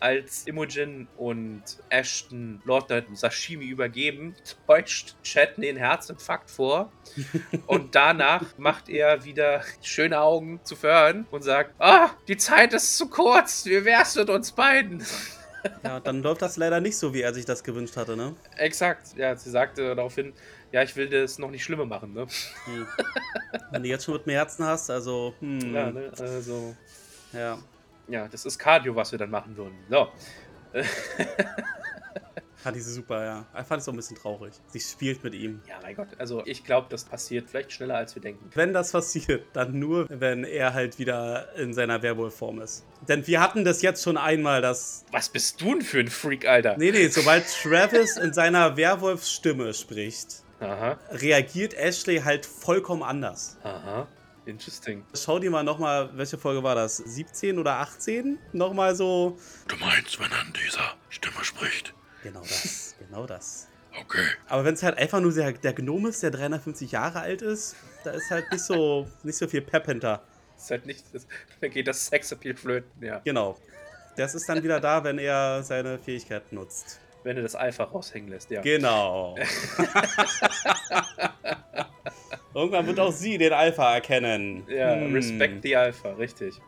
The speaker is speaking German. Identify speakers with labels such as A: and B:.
A: als Imogen und Ashton Lord Knight Sashimi übergeben, täuscht Chatton den Herzinfarkt vor und danach macht er wieder schöne Augen zu verhören und sagt, ah, die Zeit ist zu kurz, wie wär's mit uns beiden?
B: Ja, und dann läuft das leider nicht so, wie er sich das gewünscht hatte, ne?
A: Exakt, ja, sie sagte daraufhin, ja, ich will das noch nicht schlimmer machen, ne?
B: Hm. Wenn du jetzt schon mit mir Herzen hast, also. Hm.
A: Ja, ne? Also,
B: ja.
A: ja, das ist Cardio, was wir dann machen würden. So.
B: Fand ich sie super, ja. Ich fand es so ein bisschen traurig. Sie spielt mit ihm.
A: Ja, mein Gott. Also ich glaube, das passiert vielleicht schneller, als wir denken.
B: Wenn das passiert, dann nur, wenn er halt wieder in seiner Werwolf-Form ist. Denn wir hatten das jetzt schon einmal, dass.
A: Was bist du denn für ein Freak, Alter?
B: Nee, nee, sobald Travis in seiner Werwolf-Stimme spricht,
A: Aha,
B: reagiert Ashley halt vollkommen anders.
A: aha. Interesting.
B: Schau dir mal nochmal, welche Folge war das? 17 oder 18? Nochmal so.
C: Du meinst, wenn er in dieser Stimme spricht?
B: Genau das, genau das.
C: Okay.
B: Aber wenn es halt einfach nur der, der Gnome ist, der 350 Jahre alt ist, da ist halt nicht so, nicht so viel Pep hinter.
A: Ist halt nicht, das, da geht das Sexappeal flöten, ja.
B: Genau. Das ist dann wieder da, wenn er seine Fähigkeit nutzt.
A: Wenn du das Alpha raushängen lässt, ja.
B: Genau. Irgendwann wird auch sie den Alpha erkennen.
A: ja,
B: Hm.
A: respect the Alpha, richtig.